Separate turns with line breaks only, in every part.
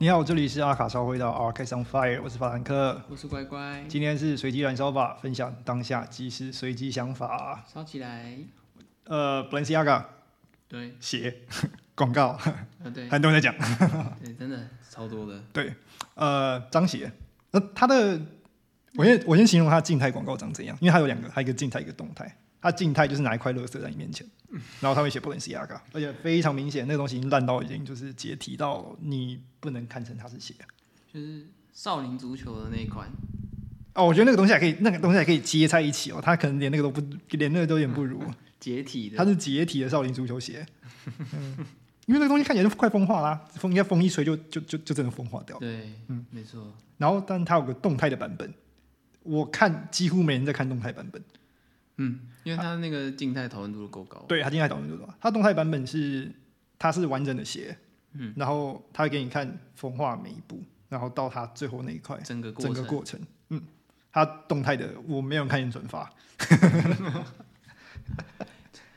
你好，这里是阿卡超回到 a r c a s on Fire，我是法兰克。
我是乖乖，
今天是随机燃烧吧，分享当下即时随机想法。
烧起来。
呃，Balenciaga
对，
鞋 广告，
啊对，
很多人在讲。
对，真的超多的。
对，呃，张鞋，那它的，我先我先形容它静态广告长怎样，因为它有两个，它一个静态，一个动态。它静态就是拿一块垃圾在你面前，然后它会写 Balenciaga，而且非常明显，那个东西已经烂到已经就是解体到你不能看成它是鞋。
就是少林足球的那一款，
哦，我觉得那个东西还可以，那个东西还可以接在一起哦。它可能连那个都不，连那个都有点不如。
解体的，
它是解体的少林足球鞋，嗯因为那个东西看起来就快风化啦，风应该风一吹就就就就真的风化掉。
对，嗯，没错，
然后，但它有个动态的版本，我看几乎没人在看动态版本。
嗯，因为它那个静态讨论度够高，
对，它静态导论就是它动态版本是它是完整的鞋，
嗯，
然后它会给你看风化每一步，然后到它最后那一块
整个过
整
程
个过程，嗯，它动态的我没有看见转发，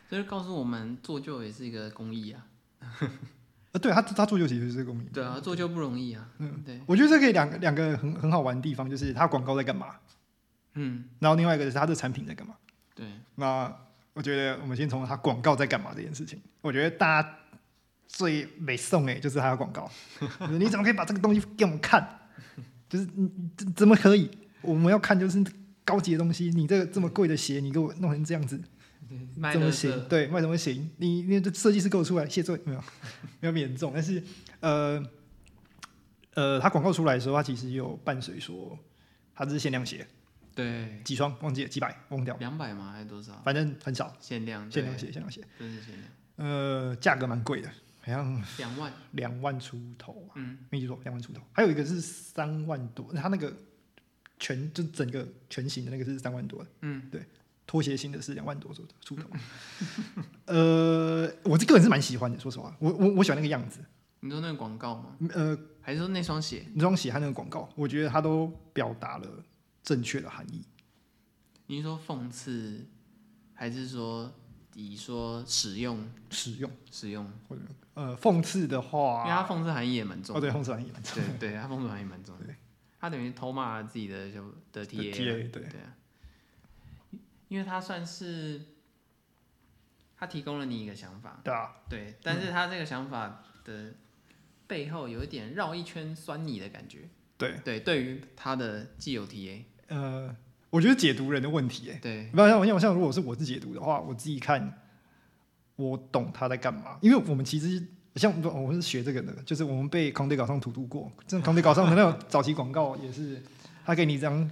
就是告诉我们做旧也是一个工艺啊，
呃，对，它它做就其实是这个工艺。
对啊，做旧不容易啊，嗯，对，
我觉得这可以两个两个很很好玩的地方，就是它广告在干嘛，
嗯，
然后另外一个是它的产品在干嘛。
对，
那我觉得我们先从它广告在干嘛这件事情，我觉得大家最没送哎，就是它的广告，就是你怎么可以把这个东西给我们看？就是你你怎怎么可以？我们要看就是高级的东西，你这个这么贵的鞋，你给我弄成这样子，
卖
怎
的
么行？对，卖怎么行？你你这设计师给我出来谢罪没有？ 没有严重，但是呃呃，它广告出来的时候，它其实也有伴随说它这是限量鞋，
对，
几双忘记了几百忘掉，
两百吗？还是多少？
反正很少，
限量，
限
嗯对
量，鞋限量鞋，
真是限量，
呃，价格蛮贵的，好像
两万，
两万出头啊吧，
嗯，
没记错两万出头，还有一个是三万多，它那个全就整个全型的那个是三万多，
嗯，
对，拖鞋型的是两万多出出头， 呃，我这个人是蛮喜欢的，说实话，我我我喜欢那个样子，
你说那个广告吗？
呃，
还是说那双鞋？
那双鞋和那个广告，我觉得它都表达了正确的含义。
你是说讽刺，还是说以说使用
使用，
使用？
呃，讽刺的
因为
话，
它讽刺含义也蛮重
哦，
的，
对，讽刺含义蛮重
对对，它讽刺含义蛮重的。他等于偷骂了自己的就
的
的 TA，
TA 对
对啊，因为他算是他提供了你一个想法，
对啊，
对，但是他这个想法的背后有一点绕一圈酸你的感觉，
对，
对，对于他的既有 TA，
呃，我觉得解读人的问题、欸，
对，
不然我想，像如果是我自己解读的话，我自己看，我懂他在干嘛，因为我们其实像我们是学这个的，就是我们被康德搞上荼毒过，真的康德搞上的那种早期广告也是，他给你一张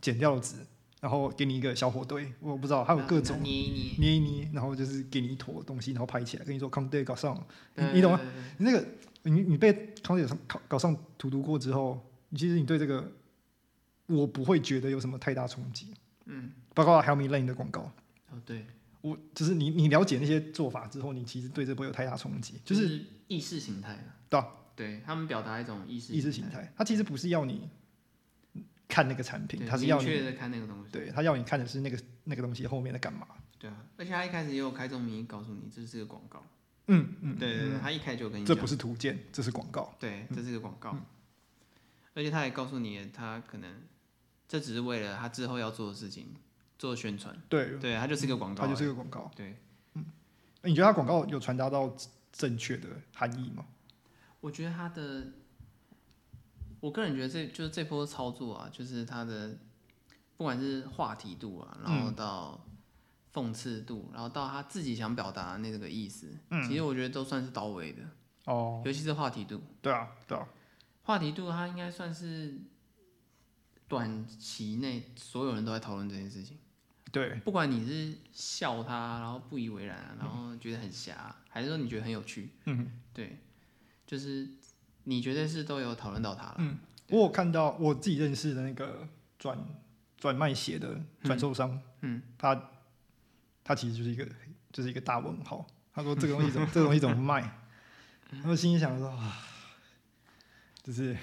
剪掉的纸，然后给你一个小火堆，我不知道，还有各种
捏一捏，
捏一捏，然后就是给你一坨东西，然后拍起来，跟你说康德搞上，你
对
你懂吗？？
对对对
你那个你你被康德上搞搞上荼毒过之后，其实你对这个我不会觉得有什么太大冲击，
嗯，
包括 Help Me Lane 的广告。
哦对，
我就是你，你了解那些做法之后，你其实对这不会有太大冲击，就是
是意识形态啊，
对
对他们表达一种意识
意识形态。它其实不是要你看那个产品，
对
它是
明
要你
确的看那个东西，
对它要你看的是那个那个东西后面在干嘛。
对啊，而且他一开始也有开宗明义告诉你这是个广告。
嗯嗯，
对对
嗯
对，他一开始就跟你
这
讲，
不是嗯图鉴，这是广告。
对，这是个广告，而且他也告诉你，他可能这只是为了他之后要做的事情做宣传，
对，
对，他就是个广告欸
它
而已，
就是个广告。
对，
你觉得它广告有传达到正确的含义吗？
我觉得他的，我个人觉得这就是这波操作啊，就是他的不管是话题度啊，然后到讽刺度，然后到他自己想表达的那个意思，其实我觉得都算是到位的，
哦，
尤其是话题度。
对啊，对啊，
话题度它应该算是短期内所有人都在讨论这件事情，
对，
不管你是笑他，然后不以为然啊，然后觉得很瞎，还是说你觉得很有趣，
嗯，
对，就是你绝对是都有讨论到他了，
我有看到我自己认识的那个转转卖鞋的转售商，
嗯，
他他其实就是一个就是一个大问号。他说这个东西怎么这个东西怎么卖？然后心里想说啊，就是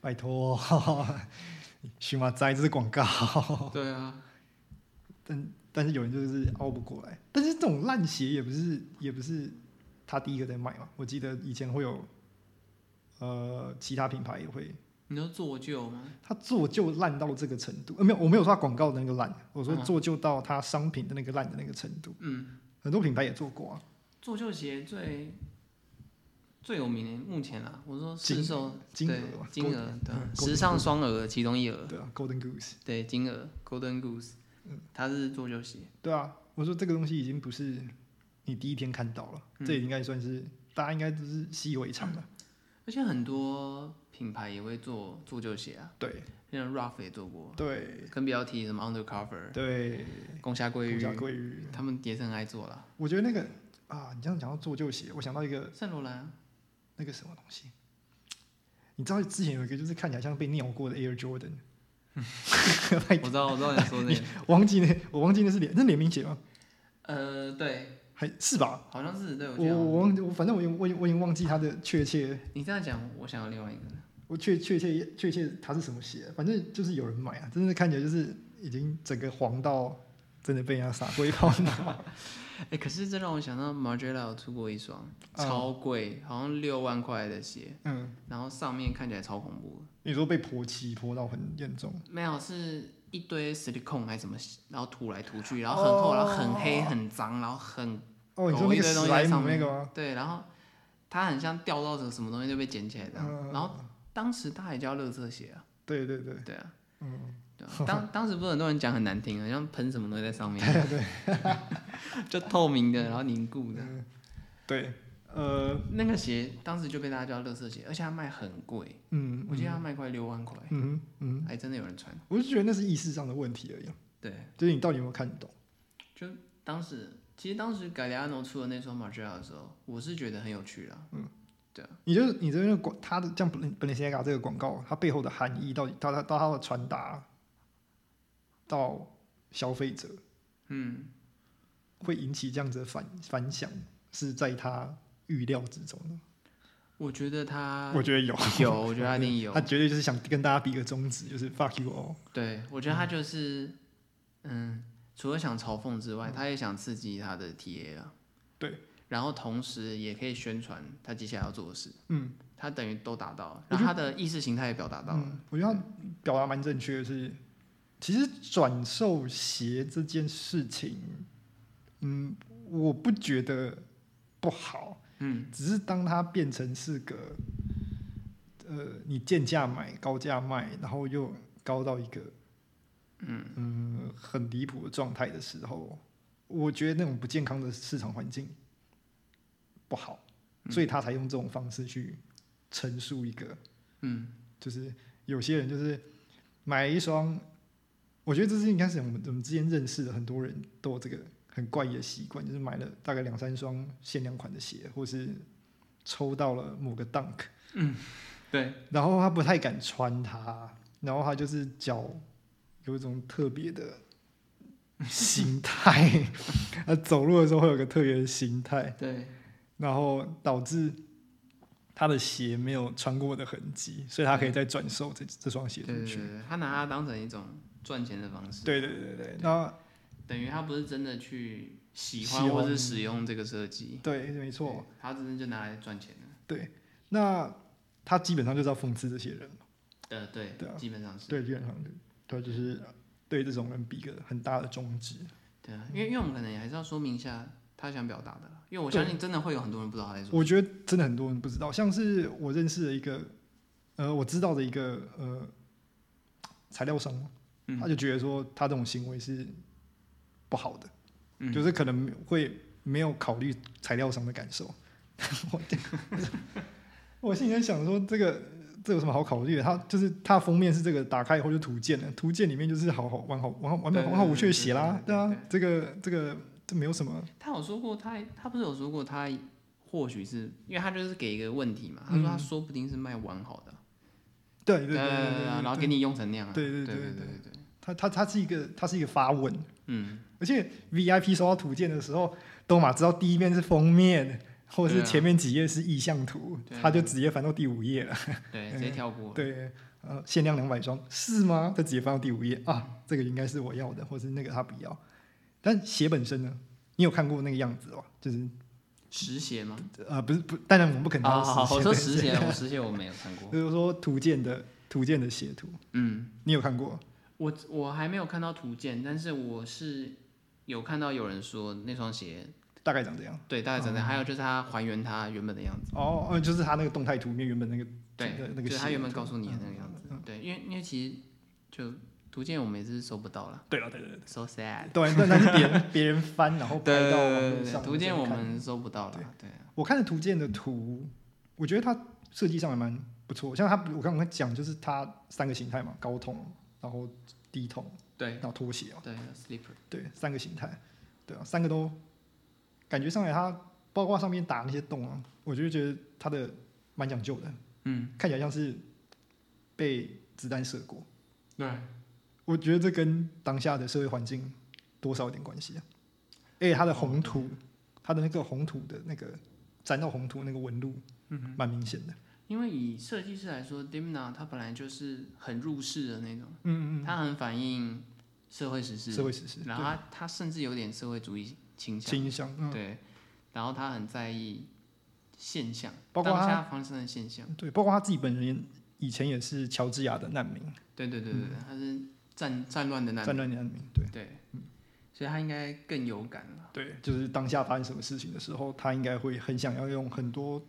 拜托，徐马仔这是广告，
对啊，
但但是有人就是熬不过来。但是这种烂鞋也不是也不是他第一个在卖嘛，我记得以前会有。呃，其他品牌也会，
你说做旧吗？
它做就烂到这个程度，呃，没有，我没有说它广告的那个烂，我说
嗯
做就到它商品的那个烂的那个程度，
嗯，
很多品牌也做过啊，
做旧鞋最最有名的，目前啊，我说
金
市售
金
对
额嘛
金
，Golden-
额对啊
嗯，Golden
时尚双额其中一额，
对啊，Golden Goose，
对金额 Golden Goose，它
嗯
是做旧鞋，
对啊，我说这个东西已经不是你第一天看到了，
嗯
这应该算是大家应该都是习以为常了，
而且很多品牌也会做做旧鞋啊，
对
像 Ruff 也做过，
对
更不要提什么 Undercover、
对，
宫下桂
国家
鱼，
贵鱼，
他们也是很爱做啦。
我觉得那个啊，你这样讲到做旧鞋，我想到一个
圣罗兰啊
那个什么东西，你知道之前有一个就是看起来像被尿过的 Air Jordan，
我知道，我知道你说那个，
我忘记那我忘记那是联那联名鞋吗？
呃，对，
还是吧？
好像是对，我
我我忘
记得好像
记我反正我已经我已经我已经忘记它的确切
你这样讲，我想要另外一个。
我确确切确切它是什么鞋，反正就是有人买啊，真的看起来就是已经整个黄到真的被人家撒过一泡尿。
哎、可是这让我想到 Margiela 有出过一双
嗯
超贵，好像六万块的鞋，
嗯，
然后上面看起来超恐怖
你说被泼漆泼到很严重
的，没有是一堆 silicone 还是什么，然后涂来涂去，然后很厚，然后很黑很脏，然后很
哦，你说
狗
那
一
个
堆东
史
西在
莱
上
姆那
面
个吗？
对，然后它很像掉到什么什么东西就被捡起来这样，
嗯
然后当时它也叫乐色鞋啊，
对对对，
对啊，
嗯，
对啊，当当时不是很多人讲很难听，好像喷什么东西在 上面，对对， 就透明的，然后凝固的。
对，呃，
那个鞋当时就被大家叫“乐色鞋”，而且它卖很贵，
嗯，
我记得它卖快六万块，
嗯哼嗯，
还真的有人穿。
我就觉得那是意识上的问题而已啊，
对，
就是你到底有没有看懂？
就当时其实当时改利亚诺出的那双马 a 拉的时候，我是觉得很有趣啦。啊
你就是你这边的广，它的像本本尼西亚这个广告，它背后的含义到底，它它到它的传达到消费者，
嗯，
会引起这样子的反反响，是在他预料之中的。
我觉得它
我觉得有，
啊有， 我觉得它一定有
他。绝对就是想跟大家比个中指，就是 fuck you all。
对，我觉得它就是，嗯，除了想嘲讽之外，他也想刺激他的 TA 啊。
对，
然后同时也可以宣传他接下来要做的事。
嗯，
他等于都达到了，
我
然
觉
后他的意识形态也表达到了。
嗯，我觉得他表达蛮正确的是，其实转售鞋这件事情，嗯，我不觉得不好，
嗯
只是当它变成是个，呃，你贱价买、高价卖，然后又高到一个，嗯很离谱的状态的时候，我觉得那种不健康的市场环境不好，所以他才用这种方式去陈述一个，
嗯，
就是有些人就是买一双，我觉得这是应该是我们我们之间认识的很多人都有这个很怪异的习惯，就是买了大概两三双限量款的鞋，或是抽到了某个 Dunk，嗯
对。
然后他不太敢穿它，然后他就是脚有一种特别的形态，他呃走路的时候会有个特别的形态，
对，
然后导致他的鞋没有穿过的痕迹，所以他可以再转售这这双鞋
对
出
对
去。
对，他
嗯
拿它当成一种赚钱的方式，
对对对对，那
等于他不是真的去喜
喜
欢
欢
或是使用这个设计，
对没错，
对，他真的就拿来赚钱的。
对，那他基本上就是要讽刺这些人，
呃，对，
对啊
基本上是，
对，基本上就对，就是对这种人比一个很大的中指。
对啊，因为因为我们可能也还是要说明一下他想表达的啦，因为我
对
相信真的会有很多人不知道他在说，
我觉得真的很多人不知道，像是我认识的一个，呃，我知道的一个呃材料商，
嗯
他就觉得说他这种行为是不好的，
嗯
就是可能会没有考虑材料商的感受。 我我心里在想说，这个这有什么好考虑的？他就是他封面是这个，打开以后就图鉴了，图鉴里面就是好好完好完好完美
对
完好无缺的写啦，对
对对
啊
对，
这个这个这没有什么。
他有说过他他不是有说过他或许是因为他就是给一个问题嘛，他说他说不定是卖完好的啊，
嗯对对对对
呃
对对，
然后给你用成那样啊，
对
对
对对
对
对
对，
他他他是一个他是一个发问，
嗯，
而且 VIP 收到图鉴的时候，都马知道第一面是封面，或者是
对啊
前面几页是意向图，
对
他就直接翻到第五页了。
对，直接跳过了，
嗯对，呃，限量两百双是吗？他直接翻到第五页啊，这个应该是我要的，或是那个他不要。但鞋本身呢？你有看过那个样子吗？就是
实写吗？
呃，不是不，当然我们不可能
啊，
要实
好，好
现
我说
对
实写， 我实写我没有看过。
比如说图鉴的图鉴的写图，
嗯，
你有看过？
我我还没有看到图鉴，但是我是有看到有人说那双鞋，
大概长这样。
对，大概真的。还有就是它还原它原本的样子，
哦，呃，就是它那个动态图里面原本那个
对
那，那个
就是它
鞋
原本
图
告诉你的
嗯
那个样子。对，因为因为其实就图鉴我们也是搜不到了
对了，对对对
，so sad。
对，但那是别人别人翻然后拍
对
到网
对
络
对
上
对，图鉴我
看
们搜不到了，对。
我看了图鉴的图，我觉得它设计上还蛮不错。像它，我刚刚讲就是它三个形态嘛，高筒，然后低筒，
对啊
然后拖鞋嘛，
对，slipper，
对，三个形态，对啊，三个都感觉上来它包括上面打那些洞啊，我就觉得它的蛮讲究的，
嗯，
看起来像是被子弹射过。
对，
我觉得这跟当下的社会环境多少有点关系啊。而且它的红土，
哦
它的那个红土的那个沾到红土那个纹路，嗯，蛮明显的。
因为以设计师来说，Dimna 它本来就是很入世的那种，
嗯
它很反映社会时
社
事，
会实施，
然后它它甚至有点社会主义倾
对
向，
倾向，嗯，
对，然后它很在意现象，
包括
当
它
下发生的现象，
嗯对，包括他自己本人以前也是乔治亚的难民，
对对对对，对它是战战乱的
嗯
难
战嗯
民，
乱的难民，对
对，所以他应该更有感了，
对，就是当下发生什么事情的时候，他应该会很想要用很多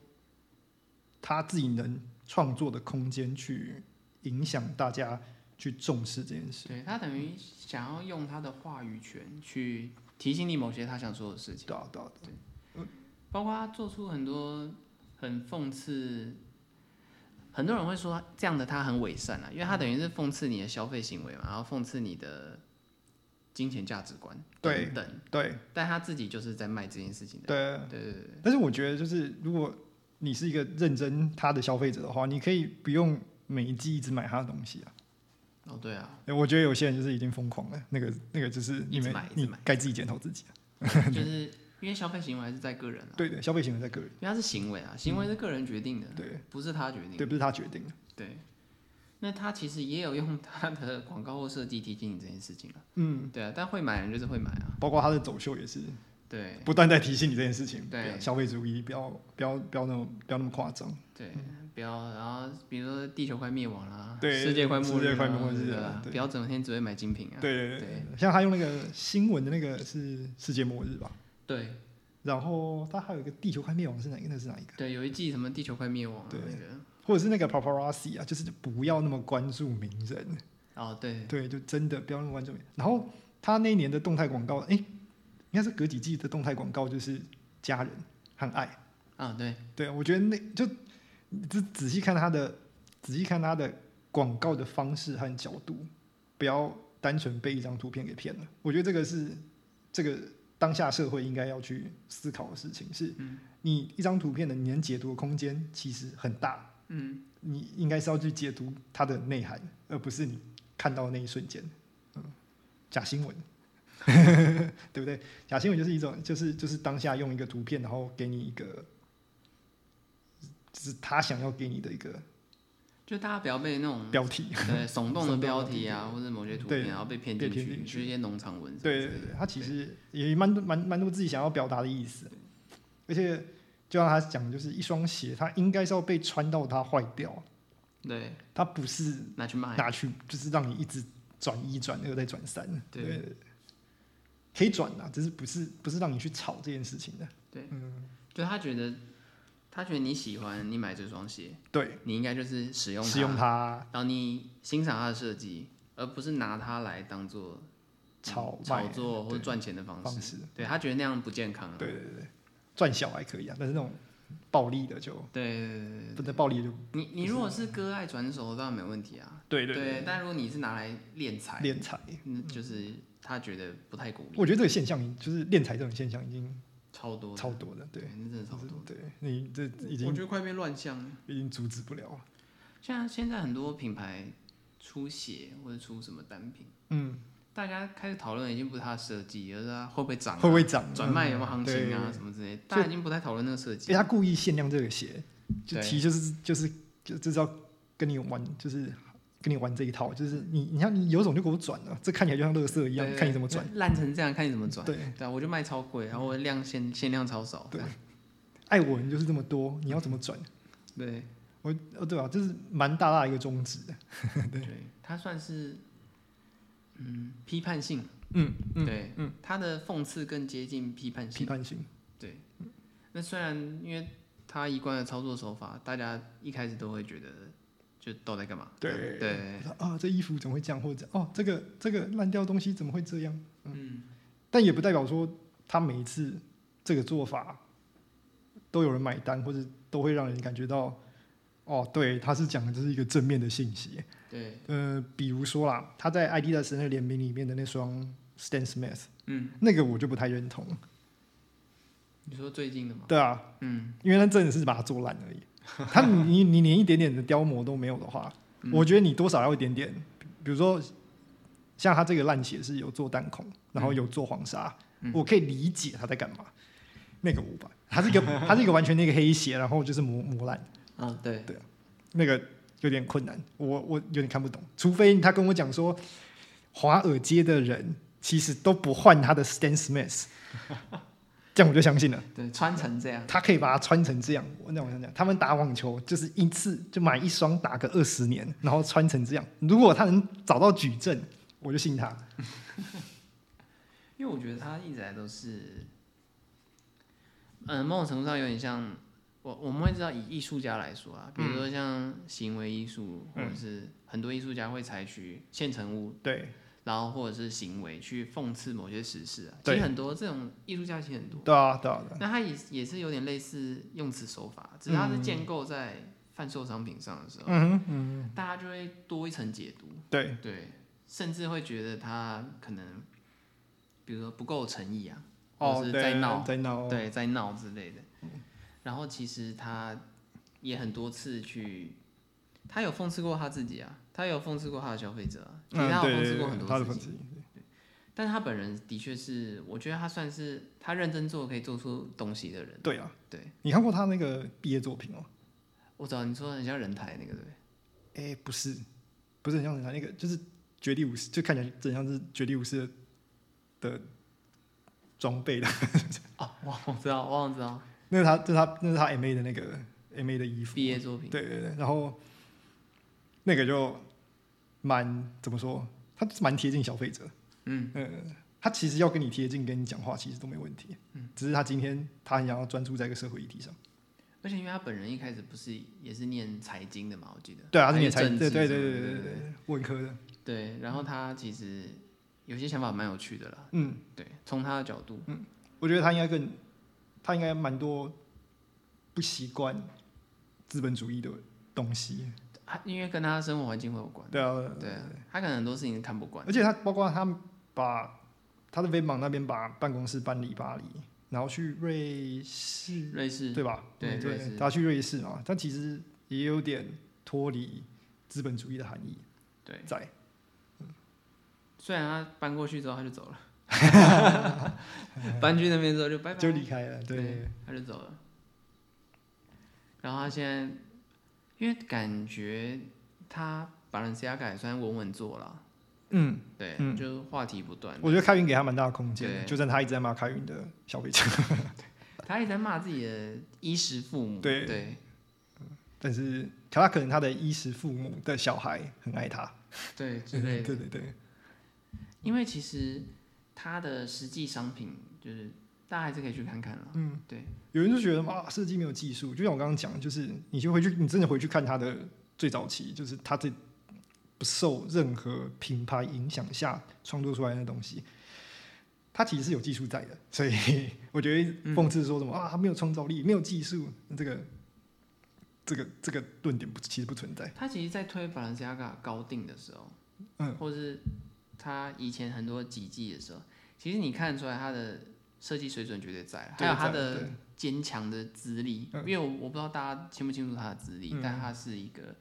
他自己能创作的空间去影响大家去重视这件事。
对他等于想要用他的话语权去提醒你某些他想说的事情。
对啊，对啊，对啊
包括他做出很多很讽刺，很多人会说这样的他很伪善啊，因为他等于是讽刺你的消费行为嘛，然后讽刺你的金钱价值观
对
等等，
对
但他自己就是在卖这件事情的，
对。
对对对
但是我觉得，就是如果你是一个认真他的消费者的话，你可以不用每一季一直买他的东西啊。
哦对 啊，
我觉得有些人就是已经疯狂了，那个那个就是你
一直
们
买一直
你
买
该自己检讨自己啊。
就是因为消费行为还是在个人啊，
对对，消费行为在个人，
因为他是行为啊，行为是个人决定的，
对
不是他决定的，
嗯对，不是他决定的。
对。那他其实也有用他的广告或设计提醒你这件事情啊，
嗯，
对啊，但会买的人就是会买啊，
包括他的走秀也是
对，
不断在提醒你这件事情。
对
啊消费主义不要不要不要那么不要那么夸张。
对，不要，然后比如说地球快灭亡啦，
嗯对
世界快末日啦，
世界快末日
对
了
吧
对
不要整天只会买精品啊。
对对
对
对，像他用那个新闻的那个是世界末日吧，
对
然后他还有一个地球快灭亡是哪一个？那是哪一个？
对有一季什么地球快灭亡啊
对
那个，
或者是那个 paparazzi 啊，就是不要那么关注名人。
哦对，
对，就真的不要那么关注。然后他那一年的动态广告，哎，应该是隔几季的动态广告，就是家人和爱。
啊对，
对，我觉得那就你仔仔细看他的，仔细看他的广告的方式和角度，不要单纯被一张图片给骗了。我觉得这个是这个当下社会应该要去思考的事情，是你一张图片的你能解读的空间其实很大，
嗯，
你应该是要去解读它的内涵，而不是你看到的那一瞬间。嗯，假新闻， 对不对？假新闻就是一种，就是就是当下用一个图片，然后给你一个，就是他想要给你的一个
就大家不要被那种
标题。
对耸动
耸动
的
的
标
标
题啊，或者某些图片，
对
然后被骗
被
进
骗
去，
进
就是一些农场文什么
对
之
对
类的
对，他其实也蛮多蛮蛮多自己想要表达的意思，而且就像他讲，就是一双鞋，它应该是要被穿到它坏掉，
对，
它不是
拿去卖，
拿去，就是让你一直转一、转二再转三。
对，
可以转啊，只是不是不是让你去炒这件事情的。
就他觉得他觉得你喜欢，你买这双鞋，
对，
你应该就是使用
使用
它，
它
然后你欣赏它的设计，而不是拿它来当做嗯
炒
炒
卖
作或者
对
赚钱的方
方式，
式。对他觉得那样不健康啊。
对对对对，赚小还可以啊，但是那种暴力的就
对对对
不能暴力的就
你你如果是割爱转手，当然没问题啊。
对
但如果你是拿来敛财，
敛财。
嗯，就是他觉得不太鼓励，
我觉得这个现象就是敛财这种现象已经
超多的
超多的，对
对，，那真的超多。
对你这已
我
经
觉得快变乱象了。
已经阻止不了了。
像现在很多品牌出鞋或者出什么单品，
嗯，
大家开始讨论已经不是它的设计，而是它会不会涨、啊，
会不会涨？
转卖有没有
嗯
行情啊，？
对
什么之类的，大家已经不太讨论那个设
因为
计。
他故意限量这个鞋，就
对
其实就是就是就就是要跟你玩，就是跟你玩这一套，就是你你像你有种就给我转了，这看起来就像垃圾一样，
对
看你怎么转。，
烂成这样，看你怎么转。
对
对啊，我就卖超贵，然后我量限限量超少。
对
这样
爱文就是这么多，你要怎么转？
对
我哦对啊，这是蛮大大一个宗旨的。
对，他算是嗯批判性，
嗯
对，嗯，他的讽刺更接近批判
批
性。
判性，
对，那虽然因为他一贯的操作手法，大家一开始都会觉得就都在干嘛？
对
对，
啊，这衣服怎么会这样，或者哦，这个这个烂掉东西怎么会这样？
嗯，
但也不代表说他每一次这个做法都有人买单，或者都会让人感觉到，哦，对，他是讲的这是一个正面的信息。
对，
呃，比如说啦，他在 Adidas 那个联名里面的那双 Stan Smith，
嗯，
那个我就不太认同。
你说最近的嘛，
对啊，
嗯，
因为他真的是把它做烂而已。他你你连一点点的雕磨都没有的话，
嗯
我觉得你多少要有一点点，比如说像他这个烂血是有做弹孔，然后有做黄沙，
嗯
我可以理解他在干嘛。那个五百，他 是一个他是一个完全那个黑鞋，然后就是磨磨烂，
啊，对，
那个有点困难，我我有点看不懂。除非他跟我讲说，华尔街的人其实都不换他的 Stan Smith，这样我就相信了。
对，穿成这样，
他可以把它穿成这样。我那我想讲，他们打网球就是一次就买一双打个二十年，然后穿成这样。如果他能找到矩阵，我就信他。
因为我觉得他一直来都是，嗯，某种程度上有点像我我们会知道以艺术家来说啊，比如说像行为艺术，或者是很多艺术家会采取现成物
对
然后或者是行为去讽刺某些时事啊。其
对
实很多这种艺术家其实很多，
对啊，对啊，对啊
那他也也是有点类似用词手法，只是他是建构在贩售商品上的时候，
嗯哼嗯，
大家就会多一层解读，
对
对，甚至会觉得他可能，比如说不够诚意啊，
哦
或，者是
对
在闹，
在闹，嗯
对，在闹之类的。然后其实他也很多次去，他有讽刺过他自己啊，他有讽刺过他的消费者、啊，其实
嗯，
他有讽
对
刺
对
过
对
很，
他的
多
粉
事情。
丝，
但他本人的确是，我觉得他算是他认真做可以做出东西的人。
对啊，
对，
你看过他那个毕业作品哦？
我知道你说很像人台那个对不对？
哎，不是，不是很像他那个，就是《绝地武士》，就看起来真的像是《绝地武士》的装备的。
哦，哇，我知道，我好像知道
那是他，这是他，那是他 M A 的那个 M A 的衣服。
毕业作品。
对对对，然后那个就蛮怎么说，他蛮贴近消费者。
嗯
嗯，他其实要跟你贴近，跟你讲话，其实都没问题。嗯，只是他今天他很想要专注在一个社会议题上。
而且因为他本人一开始不是也是念财经的嘛，我记得。
对啊，
还
你也才
政
对
治
对对
什么
对
的
对对对，文科的，
对然后他其实有些想法蛮有趣的啦。
嗯，
对，从他的角度，
我觉得他应该更，他应该蛮多不习惯资本主义的东西。
他因为跟他生活环境会有关。
对啊，对啊
对啊，他可能很多事情看不惯。
而且他包括他把他的 v i b a n 那边把办公室搬离巴黎，然后去瑞士，
瑞士，
对吧？
对
嗯
瑞士
对，他去瑞士嘛，他其实也有点脱离资本主义的含义
对，
在。
虽然他搬过去之后他就 走了，搬去那边之后就拜拜，
就离开了，
对
对，
他就走了。然后他现在，因为感觉他把人家改虽然稳稳做了，
嗯，
对，
嗯
就是话题不断。
我觉得开云给他蛮大的空间的，
对
就算他一直在骂开云的消费者，
他一直在骂自己的衣食父母，
对
对
但是可他可能他的衣食父母的小孩很爱他，
对之
对
类
对
的。
对对，
因为其实他的实际商品就是大家还是可以去看看了，
嗯，
对
有人就觉得啊，设计没有技术，就像我刚刚讲，就是你就回去，你真的回去看他的最早期，就是他这不受任何品牌影响下创作出来的东西，他其实是有技术在的，所以我觉得
嗯
讽刺说什么、啊，他没有创造力，没有技术，这个这个这个论点不其实不存在。
他其实，在推 Balenciaga 高定的时候，
嗯，
或是他以前很多几季的时候，其实你看得出来他的设计水准绝对在，还
对
有他
在
的
对
坚强的资历。
嗯
因为我我不知道大家清不清楚他的资历，
嗯
但他是一个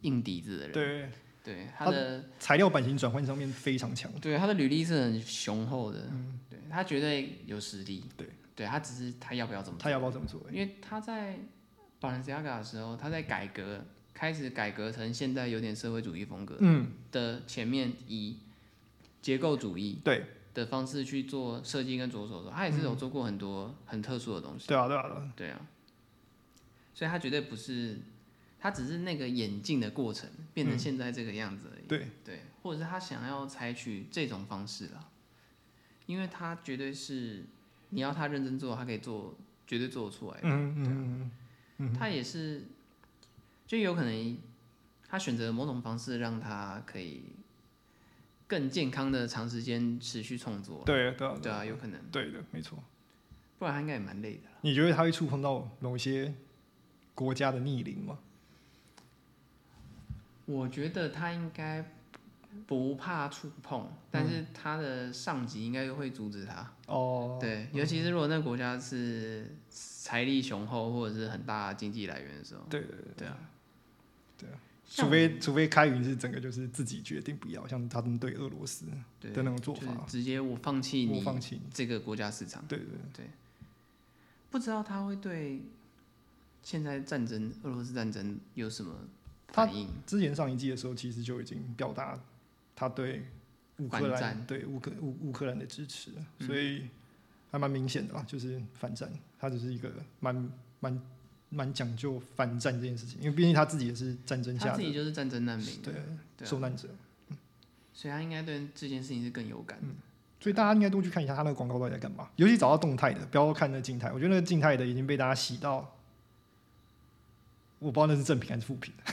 硬底子的人，
对
对他的
材料版型转换上面非常强，
对他的履历是很雄厚的，对他绝对有实力，
嗯对，
对他只是他要不要这么做
他要不要这么做？
因为他在 Balenciaga 的时候，他在改革开始改革成现在有点社会主义风格
嗯，
的前面，以结构主义
对
的方
嗯
式去做设计跟着手的时候，他也是有做过很多很特殊的东西。
对啊对啊对啊，
对啊，所以它绝对不是，它只是那个演进的过程变
嗯
成现在这个样子而已。
对，
对，或者是他想要采取这种方式啦，因为他绝对是你要他认真做，他可以做，绝对做得出来的。
嗯嗯嗯嗯嗯
他也是，就有可能他选择某种方式让他可以更健康的长时间持续创作
嗯，
啦。
对对啊
对啊，有可能，
对的，没错。
不然他应该也蛮累的啦。
你觉得他会触碰到某一些国家的逆鳞吗？
我觉得他应该不怕触碰，但是他的上级应该会阻止他。
哦，
对，尤其是如果那个国家是财力雄厚或者是很大的经济来源的时候，
对对对
对啊，
对啊，
像
除
我
非除非开云是整个就是自己决定不要，像他们对俄罗斯的
对
那种做
就是
法，
直接我放弃
我
你
放弃。
这个国家市场，
对对，
不知道他会对现在战争俄罗斯战争有什么
他
反应？
之前上一季的时候，其实就已经表达他对乌克
反
兰
战嗯
对乌克乌乌克兰的支持，所以还蛮明显的啦，就是反战，他只是一个蛮蛮蛮讲究反战这件事情，因为毕竟他自己也是战争
他
下
自己
的
就是战争难民，
对
对啊
受难者，
所以他应该对这件事情是更有
嗯
感的。
所以大家应该多去看一下他那个广告到底在干嘛，尤其找到动态的，不要看那静态。我觉得那个静态的已经被大家洗到，我不知道那是正品还是负品，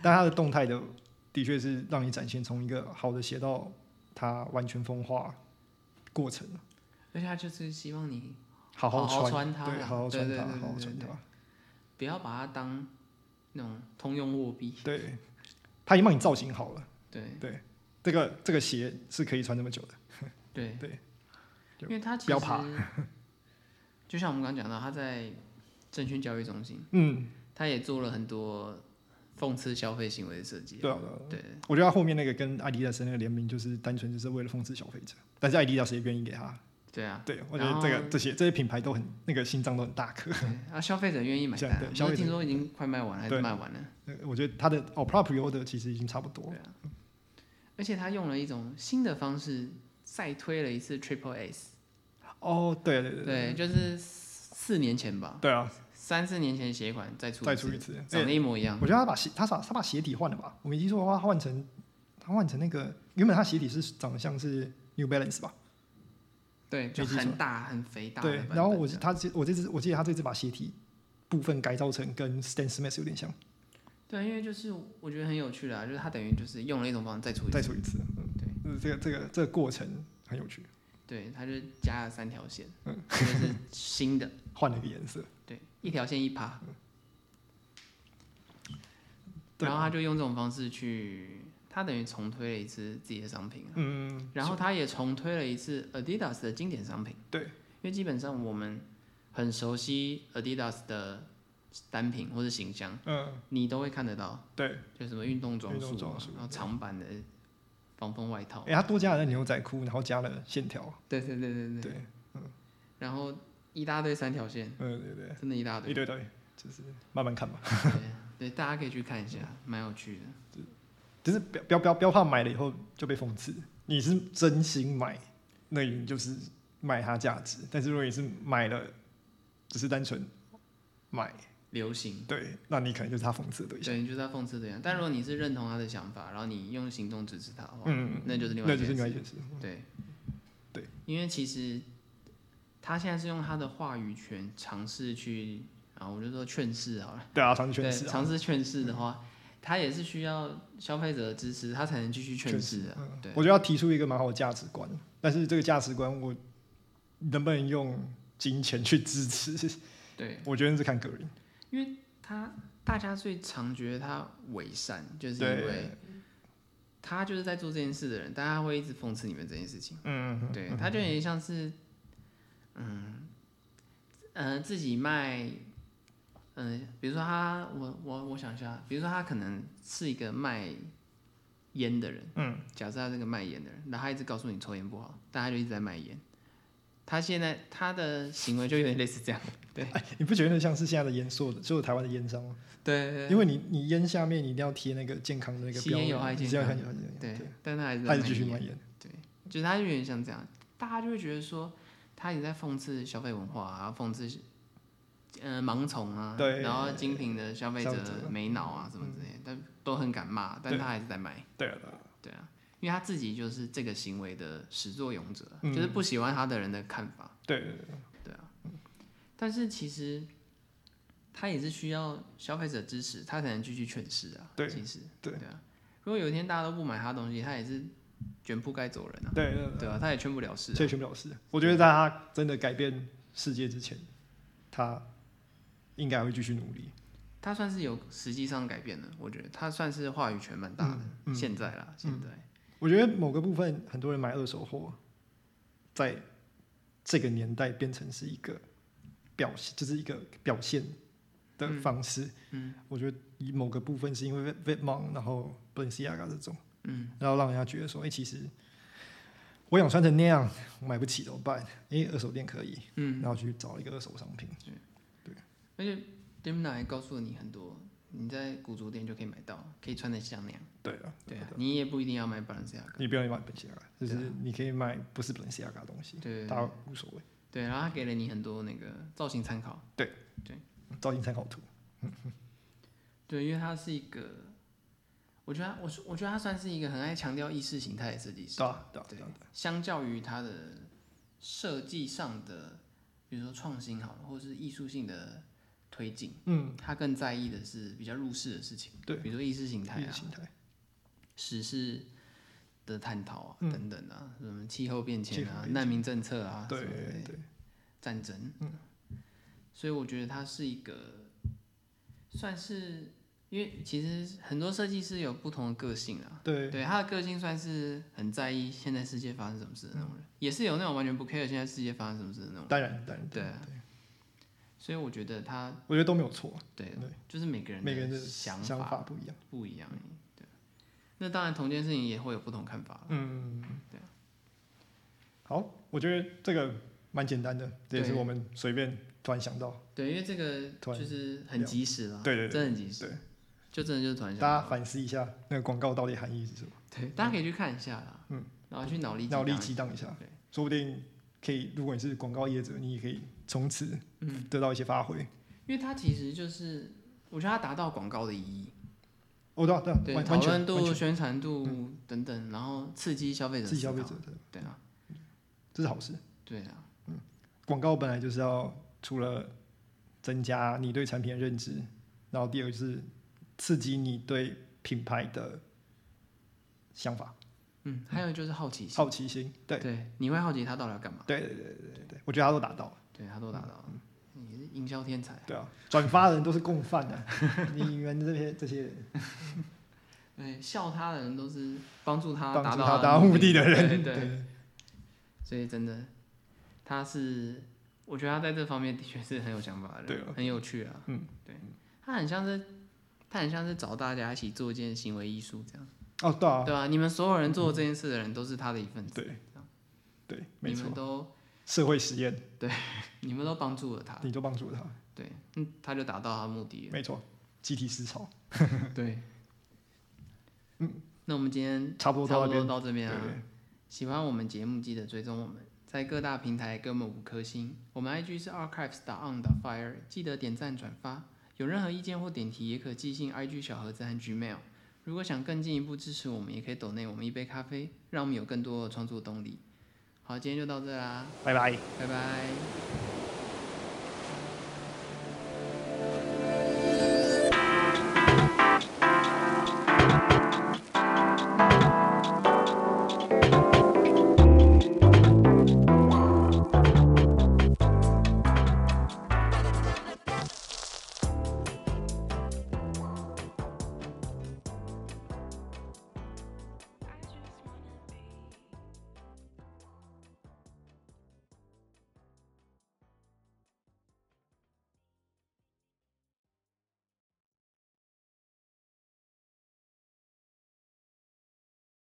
但他的动态的的确是让你展现从一个好的写到它完全风化过程，
而且他就是希望你
好
好好
穿
穿它
对，好好穿
对
它，
对对
好好
对
穿它，
不要把它当那种通用货币，
对，他已经帮你造型好了，
对
这个这个鞋是可以穿这么久的，
对
对，就
因为他其
不要
实
怕
就像我们刚刚讲到，他在证券交易中心。
嗯，
他也做了很多讽刺消费行为的设计。
对啊，对啊。
对
我觉得他后面那个跟艾迪达斯那个联名，就是单纯就是为了讽刺消费者，但是艾迪达斯也愿意给他。
对啊，
对，我觉得这
然
个
后
这些这些品牌都很那个心脏都很大颗。
对啊，消费者愿意买单啊，
对
不
消费
是
者
听说已经快卖完了，还
对
是卖完了？
呃我觉得他的 o p r a p r i o 的其实已经差不多了
对。啊，而且他用了一种新的方式，再推了一次 Triple S。
哦，对对对
对，就是四年前吧，
对啊，
三四年前的鞋款再出
再
一
出一
次，
次。哎
长得一模一样
我。觉得他把鞋他把他把鞋底换了吧？我没记错的话，他换成他换成那个原本他鞋底是长得像是 New Balance 吧？
对，就
没记错
很大很肥大的
对
版。本。
然后我他这我这次我记得他这次把鞋底部分改造成跟 Stan Smith 有点像，
对，啊因为就是我觉得很有趣啦，就是他等于就是用了一种方式再出一
再
次，
出一次。嗯，对，这个这个这个过程很有趣，
对，他就加了三条线，
嗯
就是新的。
换了一个颜色。
对，一条线一趴。
对
然
哦
后他就用这种方式去，他等于重推了一次自己的商品啊，
嗯，
然后他也重推了一次 Adidas 的经典商品，
对，
因为基本上我们很熟悉 Adidas 的单品或是形象，
嗯，
你都会看得到，
对。
就什么运动装
运
束
动
啊、
装束
然后长版的防风外套，
哎、他多加了那牛仔裤，然后加了线条。
对对对对对，
对，
然后一大堆三条线，
嗯，对对，
真的一大堆
一，堆堆，就是慢慢看吧，
对，大家可以去看一下，蛮有趣的。
就是不要不要不要不要怕买了以后就被讽刺，你是真心买，那你就是买它价值，但是如果你是买了，只是单纯买，
流行，
对，那你可能就是他讽刺的对象，
对，你就是在讽刺对象。但如果你是认同他的想法，然后你用行动支持他的话，
嗯
那就是另外
那
一
就是
件
另外
事。
一件事，
对，
对，
因为其实他现在是用他的话语权尝试去，啊，我就说劝世好了，
对啊，长期
对，
诠释啊，
尝试劝世的话，他也是需要消费者的支持，他才能继续劝世啊。
嗯
对
我觉得要提出一个蛮好的价值观，但是这个价值观我能不能用金钱去支持，
对，
我觉得是看个人，
他大家最常觉得他伪善，就是因为
对，
他就是在做这件事的人，但他会一直讽刺你们这件事情。
嗯，
对，他就有点像是，嗯，呃，自己卖，嗯、比如说他，我我我想一下，比如说他可能是一个卖烟的人，
嗯，
假设他是个卖烟的人，然后他一直告诉你抽烟不好，但他就一直在卖烟，他现在他的行为就有点类似这样，
哎你不觉得像是现在的烟所有的所有台湾的烟商吗？
对
因为你你烟下面你一定要贴那个健康的那个
呃吸
标
烟
语，
有害健
只要
康
看有害健康
对，但他还是
对，
哎在
还
卖
是继续
烟
卖，烟，
就是他就有点像这样，大家就会觉得说他也在讽刺消费文化啊，讽刺呃盲从啊，
对
然后精品的消费
消
者
费者嗯
没脑啊什么之类的，但都很敢骂，但
对
他还是在买，
对啊，对啊
对啊，因为他自己就是这个行为的始作俑者，
嗯
就是不喜欢他的人的看法，
对对对
对啊，但是其实他也是需要消费者支持，他才能继续劝世啊，
对
其实
对
啊，如果有一天大家都不买他的东西，他也是卷铺盖走人啊，
对对
对啊，他也劝不了世、
对，
啊，
所以全部老师，我觉得在他真的改变世界之前，他应该还会继续努力。
他算是有实际上改变的，我觉得他算是话语权蛮大的，
嗯
现在啦，现在。
我觉得某个部分，很多人买二手货，在这个年代变成是一个表现，就是一个表现的方式。
嗯
我觉得以某个部分是因为 v i t m o n 然后 Balenciaga 这种，
嗯，
然后让人家觉得说，哎、其实我想穿成那样，我买不起怎么办？哎、二手店可以，
嗯，
然后去找一个二手商品。
而且 Dimna 还告诉了你很多，你在古着店就可以买到，可以穿得像那样。
对啊，
对啊，你也不一定要买 Balenciaga。
你不要买 Balenciaga，就是
对啊
你可以买不是 Balenciaga 的东西，
对
大家无所谓，
对，然后他给了你很多那个造型参考。
照进参考图。
对，因为他是一个，我觉得他，我我觉得他算是一个很爱强调意识形态的设计师。
对啊，对啊，
对
对啊，
相较于它的设计上的，比如说创新好了，或是艺术性的推进，
嗯，
他更在意的是比较入世的事情，
对
比如说意识形态
意
啊
识、形态。
时事的探讨啊、
嗯
等等啊，什么气候变
气
迁
候
啊
变、迁
难民政策啊，
对
什么之类的
对，
战争，嗯，所以我觉得它是一个算是。因为其实很多设计师有不同的个性啊，
对
对，他的个性算是很在意现在世界发生什么事的那种
嗯
人，也是有那种完全不 care 现在世界发生什么事的那种。
当然当然，
对啊，所以我觉得他
我觉得都没有错，
对，
对
就是每个人
每个人的
想
想法不一样。
不一样。对，那当然同件事情也会有不同看法。
嗯，
对
啊。好，我觉得这个蛮简单的，这也是
对
我们随便突然想到，
对，因为这个
哦突然
就是很及时了，
对对对
真的很及时，
对，
就真的就是突然想
大家
到，
反思一下那个广告到底含义是什么，
对，大家可以去看一下啦，嗯，然后去脑力
脑力
激
激荡一下
荡，对，
说不定可以，如果你是广告业者，你也可以从此
嗯
得到一些发挥。
因为它其实就是，我觉得它达到广告的意义，
哦，对啊对啊，
对，
完
讨
完
论
全完
度、
全嗯
宣传度等等，然后刺激消费者，
刺激消费者，，对
对啊，
这是好事。
对啊，
广告本来就是要除了增加你对产品的认知，然后第二个就是刺激你对品牌的想法、
嗯，还有就是好奇心，
好奇心。对
对，你会好奇他到底要干嘛，
对对对对对对，我觉得他都达到了。
对他都达到了，你是营销天才，
对啊，转发的人都是共犯的、 你们这些这些人
对，笑他的人都是帮助他
帮
达
助
到
他
的
达到目的的
对
人，
对，所以真的，他是，我觉得他在这方面的确是很有想法的人，
对啊
很有趣啊，
嗯，
对，他很像是，他很像是找大家一起做一件行为艺术这样，
哦，对啊，
对啊，你们所有人做这件事的人都是他的一份子，
对对，没
你
错
们， 都
社会实验，
你们都帮助了他，
你都帮助他，
对，嗯，他就达到他的目的了，
没错，集体思潮，
对，嗯，那我们今天
差不多
差
到
不
那
多
边，
到这
对
边啊。
对，
喜欢我们节目，记得追踪我们，在各大平台给我们五颗星。我们 IG 是 archives on fire，记得点赞转发。有任何意见或点题，也可寄信 IG 小盒子和 Gmail。如果想更进一步支持我们，也可以抖内我们一杯咖啡，让我们有更多的创作动力。好，今天就到这啦，
拜拜。
拜拜。